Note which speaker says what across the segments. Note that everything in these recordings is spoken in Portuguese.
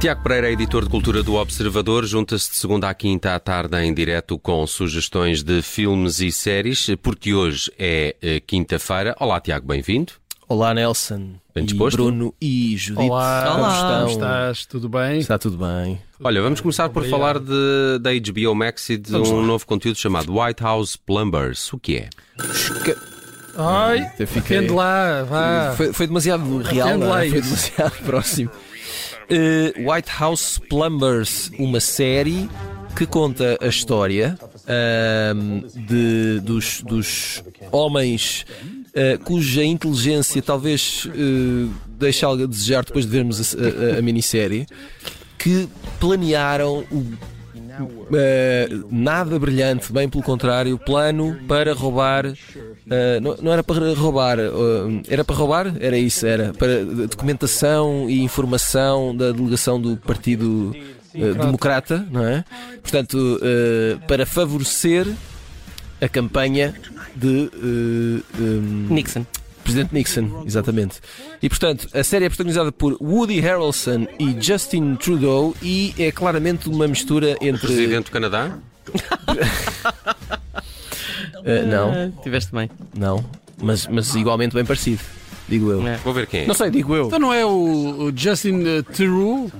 Speaker 1: Tiago Pereira, editor de cultura do Observador, junta-se de segunda à quinta à tarde em direto com sugestões de filmes e séries, porque hoje é eh, quinta-feira. Olá, Tiago, bem-vindo.
Speaker 2: Olá, Nelson.
Speaker 1: Bem
Speaker 2: e
Speaker 1: disposto?
Speaker 2: Bruno e Judite.
Speaker 3: Olá,
Speaker 2: Como
Speaker 3: como
Speaker 2: estão?
Speaker 3: estás? Tudo bem?
Speaker 2: Está tudo bem.
Speaker 1: Olha, vamos começar por
Speaker 3: Obrigado.
Speaker 1: falar de, da HBO Max e de
Speaker 3: Vamos
Speaker 1: um
Speaker 3: lá.
Speaker 1: novo conteúdo chamado White House Plumbers. O que é?
Speaker 3: Ai,
Speaker 2: Eu fiquei-
Speaker 3: depende lá, vá.
Speaker 2: Foi, foi demasiado real,
Speaker 3: Entendo
Speaker 2: não
Speaker 3: lá
Speaker 2: é? foi
Speaker 3: isso.
Speaker 2: demasiado próximo. Eh, White House Plumbers, uma série que conta a história ahm, de, dos, dos homens eh, cuja inteligência talvez eh, deixe algo a desejar depois de vermos a, a- a minissérie, que planearam o eh, nada brilhante, bem pelo contrário, plano para roubar. eh, não, não era para roubar, eh, era para roubar? Era isso, era para documentação e informação da delegação do Partido eh, Democrata, não é? Portanto, eh, para favorecer a campanha de eh, em-
Speaker 4: Nixon.
Speaker 2: Presidente Nixon, exatamente. E portanto, a série é protagonizada por Woody Harrelson e Justin Trudeau e é claramente uma mistura entre.
Speaker 1: Presidente do Canadá?
Speaker 2: Eh, não,
Speaker 4: Ah, tiveste bem.
Speaker 2: não, mas, mas igualmente bem parecido, digo eu.
Speaker 4: É.
Speaker 1: Vou ver quem é.
Speaker 2: Não sei, digo eu.
Speaker 3: Então não é o, o Justin eh, Theroux?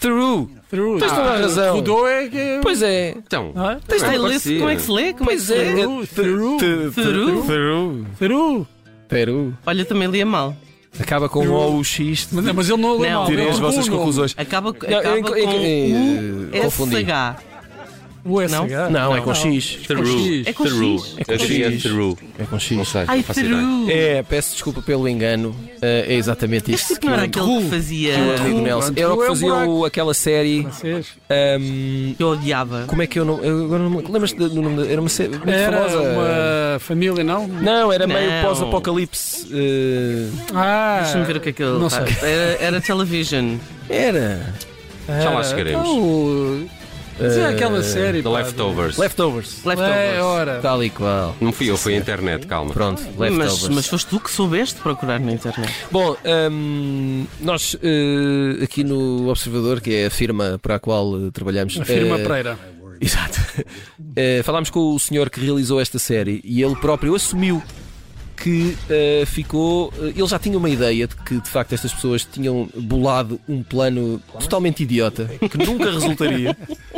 Speaker 2: True!
Speaker 3: Theroux.
Speaker 2: Tens toda a razão.
Speaker 3: O Trudeau é que é...
Speaker 2: Pois é,
Speaker 1: Então,
Speaker 3: Ah,
Speaker 2: tens
Speaker 1: Não,
Speaker 4: Ai,
Speaker 1: é
Speaker 4: lê-se-
Speaker 1: parecido.
Speaker 4: como é que se lê? Como
Speaker 2: Pois
Speaker 4: é que se lê?
Speaker 3: Theroux, Theroux.
Speaker 4: Theroux?
Speaker 2: True!
Speaker 3: Theroux.
Speaker 2: Peru.
Speaker 4: Olha, também lia mal.
Speaker 2: Acaba com
Speaker 3: True.
Speaker 2: o X.
Speaker 3: Mas, mas ele não é
Speaker 4: Não.
Speaker 3: mal.
Speaker 4: Tirem
Speaker 3: é
Speaker 4: as
Speaker 3: o Bruno.
Speaker 4: Acaba,
Speaker 2: Não,
Speaker 4: acaba
Speaker 2: eu-
Speaker 4: com
Speaker 2: eu-
Speaker 4: o
Speaker 2: eh, confundi.
Speaker 4: SH.
Speaker 3: O SH.
Speaker 2: Não, é com X.
Speaker 1: Theroux.
Speaker 4: É com
Speaker 1: Theroux.
Speaker 4: X.
Speaker 1: Eu
Speaker 4: É com
Speaker 1: diria
Speaker 2: X.
Speaker 1: Theroux.
Speaker 2: É com
Speaker 1: Não
Speaker 2: X.
Speaker 1: sei,
Speaker 4: Ai,
Speaker 1: não faço ideia.
Speaker 4: Teru.
Speaker 2: É, peço desculpa pelo engano. Eh, é exatamente
Speaker 4: Este
Speaker 2: isso.
Speaker 4: tipo não era
Speaker 2: que
Speaker 4: aquele É que fazia.
Speaker 2: o É amigo Nelson. Era o que fazia o- aquela série.
Speaker 3: Vocês?
Speaker 2: ahm,
Speaker 4: Eu odiava.
Speaker 2: Como é que eu não. Eu agora não me- Lembras-te do nome da. Era uma série muito
Speaker 3: Era
Speaker 2: famosa.
Speaker 3: uma família, não?
Speaker 2: Não, era meio
Speaker 4: Não.
Speaker 2: pós-apocalipse. eh,
Speaker 3: Ah.
Speaker 4: Deixa-me ver o que é que ele.
Speaker 3: Não
Speaker 4: faz.
Speaker 3: sei.
Speaker 4: Era, era television.
Speaker 2: Era.
Speaker 1: Já lá chegaremos.
Speaker 3: Então, mas é
Speaker 2: Eh,
Speaker 3: aquela série.
Speaker 1: The
Speaker 3: pá,
Speaker 1: Leftovers.
Speaker 2: Leftovers. Tá.
Speaker 3: É,
Speaker 4: Leftovers.
Speaker 3: ora.
Speaker 2: Tal e qual.
Speaker 1: Não fui eu, foi a internet, calma.
Speaker 2: Pronto, leftovers.
Speaker 4: Mas, mas foste tu que soubeste procurar na internet.
Speaker 2: Bom, ahm, nós eh, aqui no Observador, que é a firma para a qual eh, trabalhamos.
Speaker 3: A firma
Speaker 2: eh,
Speaker 3: Pereira.
Speaker 2: Exato. Eh, falámos com o senhor que realizou esta série e ele próprio assumiu que eh, ficou. eh, ele já tinha uma ideia de que de facto estas pessoas tinham bolado um plano totalmente idiota que nunca resultaria,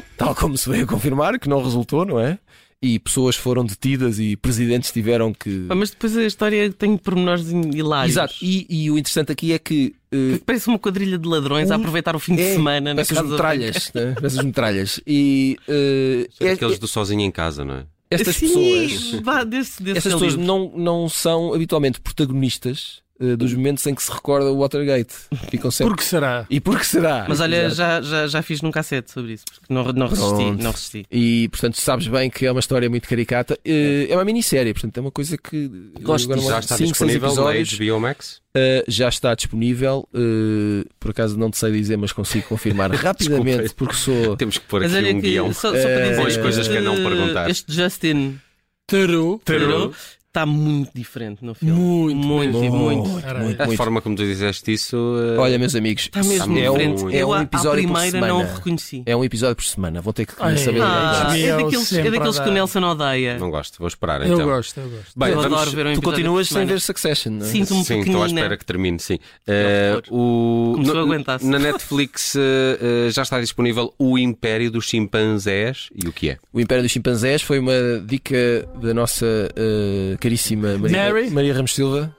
Speaker 2: tal como se veio a confirmar, que não resultou, não é? E pessoas foram detidas e presidentes tiveram que.
Speaker 4: Pá, Mas depois a história tem pormenores hilários.
Speaker 2: Exato. E, e o interessante aqui é que. eh,
Speaker 4: Parece uma quadrilha de ladrões a aproveitar o fim de
Speaker 2: é,
Speaker 4: semana na
Speaker 2: Essas
Speaker 4: casa
Speaker 2: metralhas, né? Essas metralhas. E. eh, é-
Speaker 1: Aqueles do Sozinho em Casa, não é?
Speaker 2: estas
Speaker 4: Sim,
Speaker 2: pessoas.
Speaker 4: vá, desse, desse
Speaker 2: Essas pessoas
Speaker 4: calibre.
Speaker 2: não, não são habitualmente protagonistas eh, dos momentos em que se recorda o Watergate. Ficam sempre.
Speaker 3: Por que será?
Speaker 2: E por que será?
Speaker 4: Mas olha,
Speaker 2: Exato.
Speaker 4: já, já, já fiz num cassete sobre isso, porque não, não resisti,
Speaker 2: Pronto.
Speaker 4: não resisti.
Speaker 2: E portanto sabes bem que é uma história muito caricata. Eh, É uma minissérie, portanto é uma coisa que.
Speaker 4: Gosto
Speaker 2: agora
Speaker 4: disso.
Speaker 2: não-
Speaker 1: Já está
Speaker 2: cinco,
Speaker 1: disponível
Speaker 2: seis episódios,
Speaker 1: na HBO Max?
Speaker 2: eh, já está disponível. eh, por acaso não te sei dizer, mas consigo confirmar rapidamente, porque sou.
Speaker 1: Temos que pôr
Speaker 4: Mas
Speaker 1: aqui
Speaker 4: olha
Speaker 1: um
Speaker 4: que,
Speaker 1: guião.
Speaker 4: só, só para dizer,
Speaker 1: Boas coisas que é não
Speaker 4: este-
Speaker 1: perguntar.
Speaker 4: Este Justin
Speaker 3: Teru.
Speaker 4: Theroux está muito diferente no filme.
Speaker 3: Muito.
Speaker 4: Muito,
Speaker 2: Bom,
Speaker 4: muito.
Speaker 3: Caralho.
Speaker 2: muito,
Speaker 1: A
Speaker 2: muito.
Speaker 1: forma como tu disseste isso. eh,
Speaker 2: Olha, meus amigos,
Speaker 4: Está mesmo
Speaker 2: é
Speaker 4: diferente.
Speaker 2: um, é
Speaker 4: Eu,
Speaker 2: um
Speaker 4: à- à
Speaker 2: episódio por
Speaker 4: primeira, não o
Speaker 2: semana.
Speaker 4: reconheci.
Speaker 2: É um episódio por semana. Vou ter que
Speaker 3: Ai,
Speaker 2: saber.
Speaker 4: Ah,
Speaker 3: Deus
Speaker 4: é
Speaker 3: meu,
Speaker 4: daqueles, é
Speaker 3: sempre a
Speaker 4: daqueles que o
Speaker 3: dar.
Speaker 4: Nelson odeia.
Speaker 1: Não gosto, vou esperar então.
Speaker 3: Eu gosto, eu gosto.
Speaker 1: Bem,
Speaker 4: Eu
Speaker 1: vamos-
Speaker 4: adoro ver um
Speaker 2: Tu
Speaker 4: episódio
Speaker 2: continuas
Speaker 4: por
Speaker 2: sem
Speaker 4: semana.
Speaker 2: ver Succession, não é?
Speaker 4: Sinto-me
Speaker 1: Sim, estou à espera
Speaker 4: pequenina.
Speaker 1: que termine, sim. Eh, o...
Speaker 4: Começou
Speaker 1: no-
Speaker 4: a aguentar-se.
Speaker 1: Na Netflix eh, eh, já está disponível O Império dos Chimpanzés. E o que é?
Speaker 2: O Império dos Chimpanzés foi uma dica da nossa eh, caríssima Maria,
Speaker 3: Mary?
Speaker 2: Maria Ramos Silva.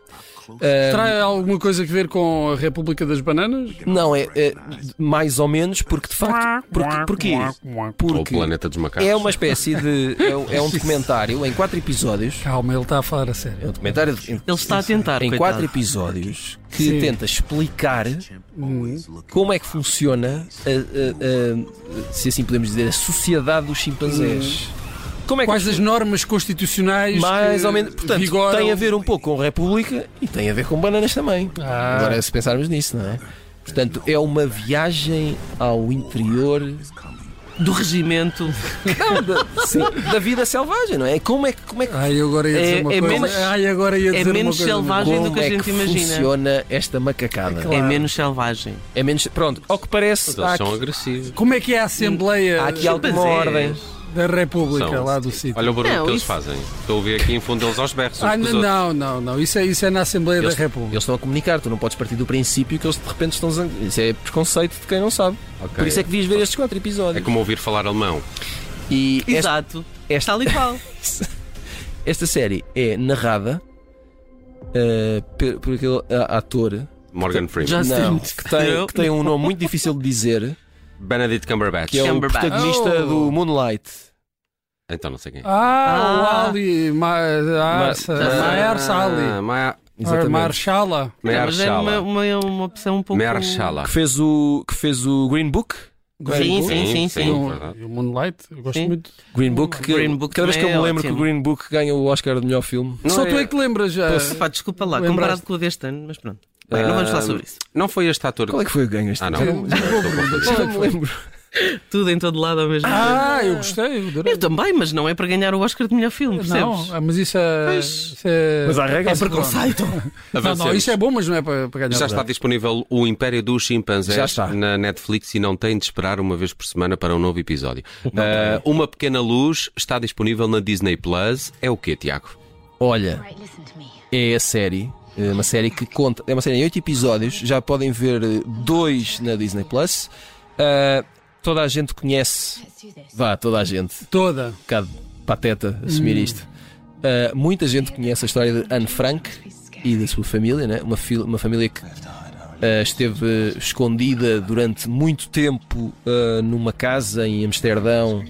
Speaker 2: Eh,
Speaker 3: Terá alguma coisa a ver com a República das Bananas?
Speaker 2: não, é, é mais ou menos, porque de facto. Porque, porquê?
Speaker 1: Ou O
Speaker 2: Porque
Speaker 1: Planeta dos Macacos.
Speaker 2: é uma espécie de. É, um- é um documentário em quatro episódios.
Speaker 3: Calma, ele está a falar a
Speaker 2: É um
Speaker 3: sério.
Speaker 2: documentário de- em,
Speaker 4: Ele está a tentar.
Speaker 2: em
Speaker 4: coitado.
Speaker 2: quatro episódios que
Speaker 3: Sim.
Speaker 2: tenta explicar como é que funciona, a- a- a- se assim podemos dizer, a sociedade dos chimpanzés. Como é que
Speaker 3: Quais as normas constitucionais
Speaker 2: Mais
Speaker 3: que
Speaker 2: ou menos. Portanto,
Speaker 3: vigoram?
Speaker 2: tem a ver um pouco com República e tem a ver com bananas também.
Speaker 3: Ah.
Speaker 2: Agora, se pensarmos nisso, não é? Portanto, é uma viagem ao interior
Speaker 4: do regimento.
Speaker 2: Não, da, sim, da vida selvagem, não é? Como é que, como é que,
Speaker 3: Ai, agora ia dizer
Speaker 4: É-
Speaker 3: uma
Speaker 4: é
Speaker 3: coisa.
Speaker 4: menos-
Speaker 3: Ai, agora ia
Speaker 4: é
Speaker 3: dizer uma
Speaker 4: menos
Speaker 3: coisa.
Speaker 4: selvagem. do
Speaker 2: como
Speaker 4: que a
Speaker 2: é
Speaker 4: gente
Speaker 2: que
Speaker 4: imagina.
Speaker 2: funciona esta macacada?
Speaker 4: É menos selvagem.
Speaker 2: É menos. Pronto, ao que parece, há
Speaker 1: Eles são
Speaker 2: aqui,
Speaker 1: agressivos.
Speaker 3: Como é que é a Assembleia
Speaker 2: há aqui alguma
Speaker 4: Pois é.
Speaker 2: ordem.
Speaker 3: da República
Speaker 1: São.
Speaker 3: lá do sítio?
Speaker 1: Olha o barulho
Speaker 4: Não,
Speaker 1: que eles
Speaker 4: isso-
Speaker 1: fazem. Estou a ouvir aqui em fundo eles aos berros. uns
Speaker 3: Ah,
Speaker 1: com os
Speaker 3: não,
Speaker 1: outros.
Speaker 3: não, não, não. Isso é, isso é na Assembleia
Speaker 2: Eles,
Speaker 3: da República.
Speaker 2: eles estão a comunicar, tu não podes partir do princípio que eles de repente estão. zang- Isso é preconceito de quem não sabe.
Speaker 1: Ok.
Speaker 2: Por isso é que devias ver estes quatro
Speaker 1: É
Speaker 2: episódios.
Speaker 1: como ouvir falar alemão.
Speaker 2: E esta,
Speaker 4: Exato.
Speaker 2: esta-
Speaker 4: Tal e qual.
Speaker 2: esta série é narrada eh, por, por aquele ah, ator
Speaker 1: Morgan Freeman.
Speaker 4: Justin
Speaker 2: não, que, tem,
Speaker 4: Trudeau.
Speaker 2: que tem um nome muito difícil de dizer,
Speaker 1: Benedict Cumberbatch.
Speaker 2: que é o
Speaker 4: Cumberbatch.
Speaker 2: protagonista
Speaker 3: Oh.
Speaker 2: do Moonlight.
Speaker 1: Então não sei quem. é.
Speaker 3: Ah,
Speaker 4: Ah.
Speaker 3: o Ali. Ma, Arsa,
Speaker 2: Ma-
Speaker 3: Maers Ali.
Speaker 1: Ah, Ma-
Speaker 2: Exatamente.
Speaker 3: Marshala.
Speaker 4: Mas é uma,
Speaker 1: Mershala.
Speaker 4: uma, uma opção um pouco.
Speaker 1: Mershala.
Speaker 2: Que fez o, que fez o Green Book.
Speaker 4: Sim,
Speaker 3: Green
Speaker 4: sim, sim,
Speaker 1: sim.
Speaker 4: sim.
Speaker 3: E o-
Speaker 1: verdade.
Speaker 3: e o Moonlight, eu gosto
Speaker 4: Sim.
Speaker 3: muito.
Speaker 2: Green Book, que,
Speaker 4: Green Book
Speaker 2: cada vez que eu
Speaker 4: também
Speaker 2: me
Speaker 4: é
Speaker 2: lembro que o
Speaker 4: ótimo.
Speaker 2: Green Book ganha o Oscar de melhor filme.
Speaker 1: Não
Speaker 3: Só
Speaker 1: é-
Speaker 3: tu é que lembras já.
Speaker 2: Ah,
Speaker 4: Pá, desculpa lá,
Speaker 3: Lembraste?
Speaker 4: comparado com o deste ano, mas pronto. Bem, não vamos falar sobre isso.
Speaker 1: Não foi este ator.
Speaker 2: Qual é que foi o ganho este
Speaker 1: Ah, não.
Speaker 2: ano?
Speaker 1: Estou
Speaker 2: Já não me lembro.
Speaker 4: Tudo em todo lado ao mesmo tempo.
Speaker 3: Ah, eu gostei, eu adorei.
Speaker 4: Eu também, mas não é para ganhar o Oscar de melhor filme, percebes?
Speaker 3: Não, ah, mas isso é.
Speaker 4: Pois.
Speaker 3: Isso é...
Speaker 2: Mas há regras.
Speaker 3: Não, não,
Speaker 1: Avancemos.
Speaker 3: isso é bom, mas não é para, para ganhar.
Speaker 1: Já está disponível o Império dos Chimpanzés
Speaker 2: Já está.
Speaker 1: na Netflix e não tem de esperar uma vez por semana para um novo episódio. Ah, uma Pequena Luz está disponível na Disney Plus. É o quê, Tiago?
Speaker 2: Olha,
Speaker 5: Right, listen to me.
Speaker 2: é a série. é Uma série que conta. É uma série em 8 episódios. Já podem ver eh, dois na Disney Plus. Ah, toda a gente conhece.
Speaker 5: Let's do this.
Speaker 2: Vá, toda a gente.
Speaker 3: Toda.
Speaker 2: Um bocado pateta assumir isto. Ah, muita gente conhece a história de Anne Frank e da sua família, né? uma, fil- uma família que ah, esteve eh, escondida durante muito tempo ah, numa casa em Amsterdão,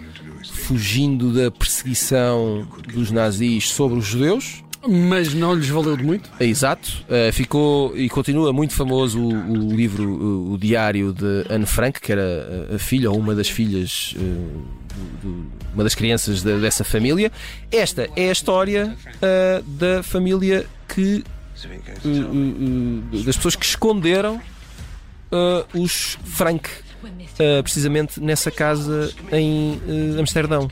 Speaker 2: fugindo da perseguição dos nazis sobre os judeus.
Speaker 3: Mas não lhes valeu de muito.
Speaker 2: É, Exato. Eh, ficou e continua muito famoso o, o livro, o, o diário de Anne Frank, que era a- a filha ou uma das filhas, eh, do- do- uma das crianças da- dessa família. Esta é a história eh, da família que. eh, eh, eh, das pessoas que esconderam eh, os Frank, eh, precisamente nessa casa em eh, Amsterdão.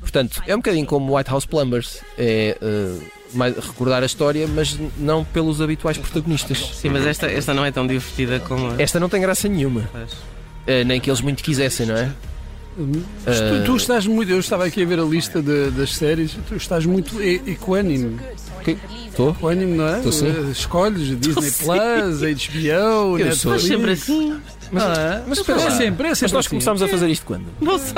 Speaker 2: Portanto, é um bocadinho como White House Plumbers. É eh, mais recordar a história, mas n- não pelos habituais protagonistas.
Speaker 4: Sim, mas esta, esta não é tão divertida como a.
Speaker 2: Esta não tem graça nenhuma.
Speaker 4: Pois.
Speaker 2: Eh, nem que eles muito quisessem, não é?
Speaker 3: Mas
Speaker 2: Eh,
Speaker 3: Tu, tu estás muito. Eu estava aqui a ver a lista de- das séries. Tu estás muito e- equânime.
Speaker 2: Estou?
Speaker 3: Equânime, não é?
Speaker 2: Tô sim.
Speaker 3: Eh, Escolhes Disney Plus, HBO,
Speaker 2: Eu
Speaker 3: Netflix.
Speaker 2: sou.
Speaker 4: Mas sempre assim.
Speaker 3: Ah, mas
Speaker 2: espera
Speaker 3: é
Speaker 2: lá.
Speaker 3: sempre, é
Speaker 2: Mas
Speaker 3: sempre.
Speaker 2: nós
Speaker 3: assim.
Speaker 2: começámos a fazer isto quando?
Speaker 4: Não sei.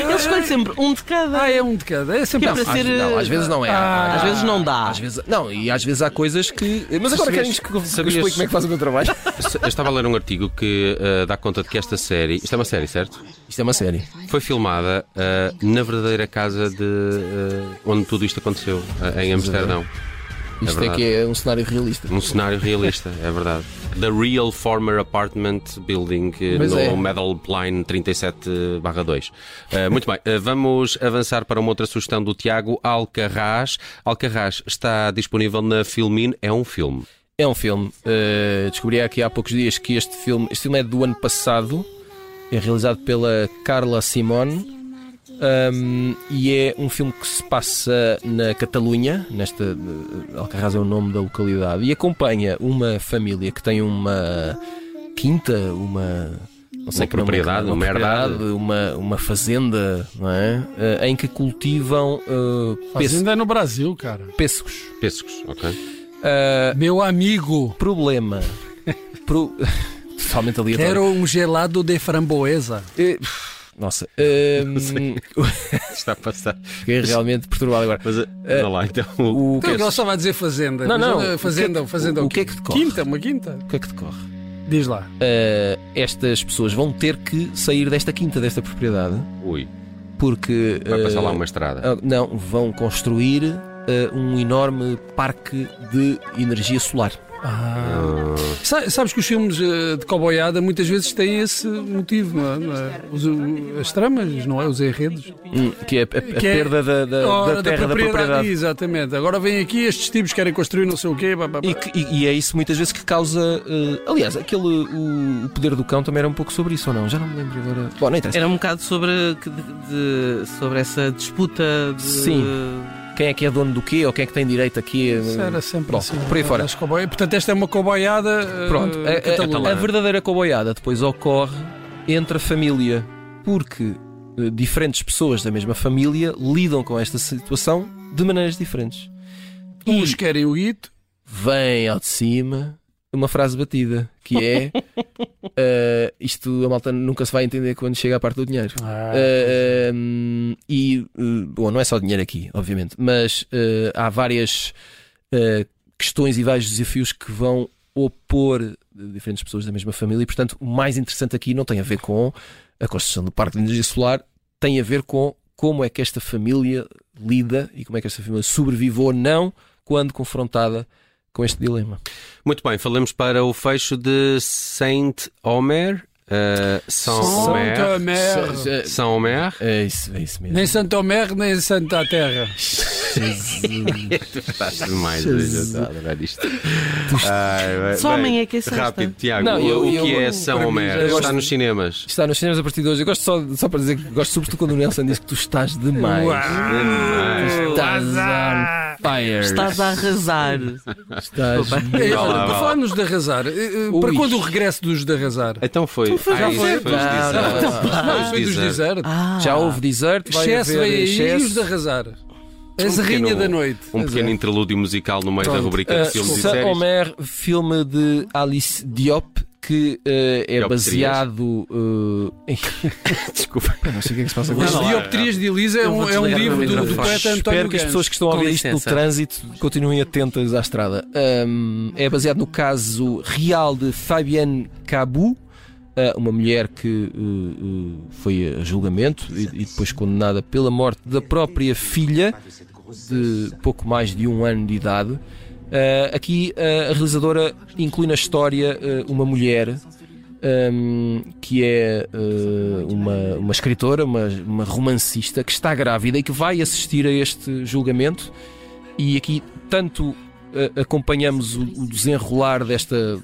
Speaker 4: Eles escolhem sempre um de cada.
Speaker 3: Ah, é um de cada. É sempre
Speaker 4: Que é
Speaker 3: assim.
Speaker 4: para ser-
Speaker 2: não, às vezes não é.
Speaker 3: Ah.
Speaker 4: Às vezes não dá.
Speaker 2: Às vezes, não, e às vezes há coisas que. Mas agora querem que eu que eu
Speaker 1: Sabias-
Speaker 2: explique como é que faz o meu trabalho?
Speaker 1: Eu estava a ler um artigo que ah, dá conta de que esta série. Isto é uma série, certo?
Speaker 2: Isto é uma série.
Speaker 1: Foi filmada ah, na verdadeira casa de ah, onde tudo isto aconteceu, ah,
Speaker 2: é.
Speaker 1: em Amsterdão.
Speaker 2: Isto é,
Speaker 1: verdade.
Speaker 2: que é um cenário realista.
Speaker 1: Um cenário realista, é verdade. The Real Former Apartment Building eh,
Speaker 2: Pois
Speaker 1: no
Speaker 2: é.
Speaker 1: Medal Line 37-2. muito bem, eh, vamos avançar para uma outra sugestão do Tiago Alcarraz. Alcarraz está disponível na Filmin, é um filme.
Speaker 2: É um filme. Uh, descobri aqui há poucos dias que este filme, este filme é do ano passado, é realizado pela Carla Simone. um, e é um filme que se passa na Catalunha, nesta uh, Alcarraz é o nome da localidade, e acompanha uma família que tem uma quinta, uma não sei
Speaker 1: Uma
Speaker 2: que nome é que-
Speaker 1: propriedade, uma herdade.
Speaker 2: propriedade, uma, uma fazenda, não é? Uh, em que cultivam uh,
Speaker 3: Mas
Speaker 2: pêssegos.
Speaker 3: ainda é no Brasil, cara.
Speaker 2: pêssegos.
Speaker 1: Pescos, ok?
Speaker 2: Uh,
Speaker 3: Meu amigo,
Speaker 2: problema. Pro... Totalmente aleatório.
Speaker 3: quero um gelado de framboesa.
Speaker 2: Eh, Nossa, ehm,
Speaker 1: Está a passar.
Speaker 2: fiquei realmente perturbado agora.
Speaker 1: Mas, olha lá, então.
Speaker 2: O que,
Speaker 3: Então,
Speaker 2: é
Speaker 3: que
Speaker 2: que,
Speaker 3: ela só vai dizer fazenda.
Speaker 2: Não,
Speaker 3: Mas,
Speaker 2: não.
Speaker 3: eh, Fazenda,
Speaker 2: O que é que-
Speaker 3: fazenda.
Speaker 2: o que é que decorre?
Speaker 3: Quinta, uma quinta.
Speaker 2: o que é que decorre?
Speaker 3: Diz lá.
Speaker 2: Eh, estas pessoas vão ter que sair desta quinta, desta propriedade,
Speaker 1: Ui,
Speaker 2: porque.
Speaker 1: vai passar
Speaker 2: eh,
Speaker 1: lá uma estrada.
Speaker 2: ah, Não, vão construir eh, um enorme parque de energia solar.
Speaker 3: Sa- Sabes que os filmes eh, de coboiada muitas vezes têm esse motivo, não é? Não é? Os- o- as tramas, não é? Os enredos.
Speaker 2: Hum, que é a, a- a
Speaker 3: Que é-
Speaker 2: perda da, da-
Speaker 3: Ora,
Speaker 2: da terra, da propriedade.
Speaker 3: Exatamente. Agora vêm aqui estes tipos que querem construir não sei o quê. pá, pá, pá.
Speaker 2: E, que- e- e é isso muitas vezes que causa. eh, aliás, aquele. O, o poder do cão também era um pouco sobre isso, ou não? Já não me lembro agora. Bom, não interessa.
Speaker 4: Era um bocado sobre, que- de- de- sobre essa disputa de.
Speaker 2: Sim. Quem é que é dono do quê ou quem é que tem direito aqui? eh,
Speaker 3: Isso era sempre
Speaker 2: Bom,
Speaker 3: assim.
Speaker 2: por aí fora.
Speaker 3: nas cowboy- Portanto, esta é uma coboiada. eh,
Speaker 2: Pronto, é, a-
Speaker 3: catalã.
Speaker 2: a, a verdadeira coboiada depois ocorre entre a família, porque eh, diferentes pessoas da mesma família lidam com esta situação de maneiras diferentes. E
Speaker 3: Uns querem o guito.
Speaker 2: vem ao de cima uma frase batida, que é eh, isto a malta nunca se vai entender quando chega à parte do dinheiro.
Speaker 3: Ah,
Speaker 2: Eh, hum, e, eh, bom, não é só dinheiro aqui, obviamente, mas eh, há várias eh, questões e vários desafios que vão opor eh, diferentes pessoas da mesma família e, portanto, o mais interessante aqui não tem a ver com a construção do parque de energia solar, tem a ver com como é que esta família lida e como é que esta família sobrevive ou não quando confrontada com este dilema.
Speaker 1: Muito bem, falamos para o fecho de Saint Omer. eh, São
Speaker 3: São
Speaker 1: Omer.
Speaker 3: Tomé.
Speaker 1: São Omer.
Speaker 2: É isso, é isso mesmo.
Speaker 3: Nem Santo Omer, nem Santa Terra.
Speaker 1: Estás demais hoje, eu estou a adorar isto. Ai, bem,
Speaker 4: Só amanhã
Speaker 1: bem,
Speaker 4: é que é sexta.
Speaker 1: Rápido, Tiago.
Speaker 2: Não, eu-
Speaker 1: o que
Speaker 2: eu-
Speaker 1: é São
Speaker 2: para mim,
Speaker 1: Omer?
Speaker 2: eu gosto-
Speaker 1: Está nos cinemas.
Speaker 2: Está nos cinemas a partir de hoje. Eu gosto só, só para dizer que gosto sobretudo quando o Nelson diz que tu estás demais.
Speaker 4: Ah.
Speaker 1: Demais.
Speaker 2: Estás on fire.
Speaker 4: Estás a arrasar.
Speaker 2: Estás-
Speaker 1: Vá
Speaker 3: Eh,
Speaker 1: lá, vá
Speaker 3: olha, Para
Speaker 1: lá.
Speaker 3: falar-nos de arrasar, eh, eh,
Speaker 2: Ui.
Speaker 3: para quando o regresso dos de arrasar?
Speaker 1: Então foi. Ah, isso foi
Speaker 3: já
Speaker 1: os
Speaker 3: foi.
Speaker 2: então
Speaker 1: dizer.
Speaker 2: Ah,
Speaker 3: Não, isso
Speaker 1: Foi
Speaker 3: foi
Speaker 1: os
Speaker 3: dos
Speaker 1: dizer.
Speaker 3: desertos.
Speaker 4: Ah,
Speaker 2: Já houve dessert, vai
Speaker 3: excesso
Speaker 2: haver
Speaker 1: é
Speaker 3: veio aí e os
Speaker 2: excesso.
Speaker 3: de arrasar. A
Speaker 1: Um
Speaker 3: zerrinha
Speaker 1: pequeno-
Speaker 3: da noite.
Speaker 1: Um
Speaker 2: é.
Speaker 1: pequeno interlúdio musical no meio da rubrica
Speaker 2: Uh,
Speaker 1: de filmes e
Speaker 2: Saint
Speaker 1: séries.
Speaker 2: Omer, filme de Alice Diop, que uh, é
Speaker 1: Diop
Speaker 2: baseado. uh, em- Desculpa, eu não sei o que é que se passa com
Speaker 3: As
Speaker 2: isto.
Speaker 1: Não,
Speaker 3: dioptrias de Elisa é
Speaker 4: Eu vou
Speaker 3: um, é um
Speaker 4: desligar o
Speaker 3: livro
Speaker 4: meu
Speaker 3: do, do
Speaker 4: microfone.
Speaker 3: poeta António
Speaker 2: Espero que as
Speaker 3: Gans.
Speaker 2: pessoas que estão a
Speaker 4: Com
Speaker 2: ouvir isto no
Speaker 4: licença.
Speaker 2: trânsito continuem atentas à estrada. Um, é baseado no caso real de Fabienne Cabu, uh, uma mulher que uh, uh, foi a julgamento e, e depois condenada pela morte da própria filha, de pouco mais de um ano de idade. Uh, aqui uh, a realizadora inclui na história uh, uma mulher um, que é uh, uma, uma escritora, uma, uma romancista que está grávida e que vai assistir a este julgamento. E aqui tanto uh, acompanhamos o, o desenrolar desta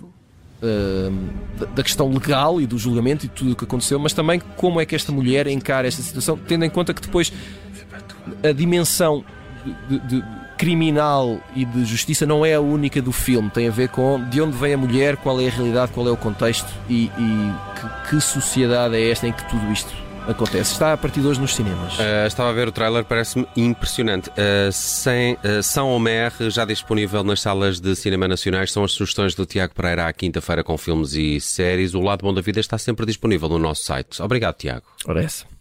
Speaker 2: uh, da- da questão legal e do julgamento e tudo o que aconteceu, mas também como é que esta mulher encara esta situação, tendo em conta que depois a dimensão de- de- de criminal e de justiça não é a única do filme, tem a ver com de onde vem a mulher, qual é a realidade, qual é o contexto e, e que, que sociedade é esta em que tudo isto acontece. Está a partir de hoje nos cinemas.
Speaker 1: Uh, estava a ver o trailer, parece-me impressionante. Uh, sem, uh, São Omer, já disponível nas salas de cinema nacionais, são as sugestões do Tiago Pereira à quinta-feira com filmes e séries. O Lado Bom da Vida está sempre disponível no nosso site. Obrigado, Tiago.
Speaker 2: Ora, essa.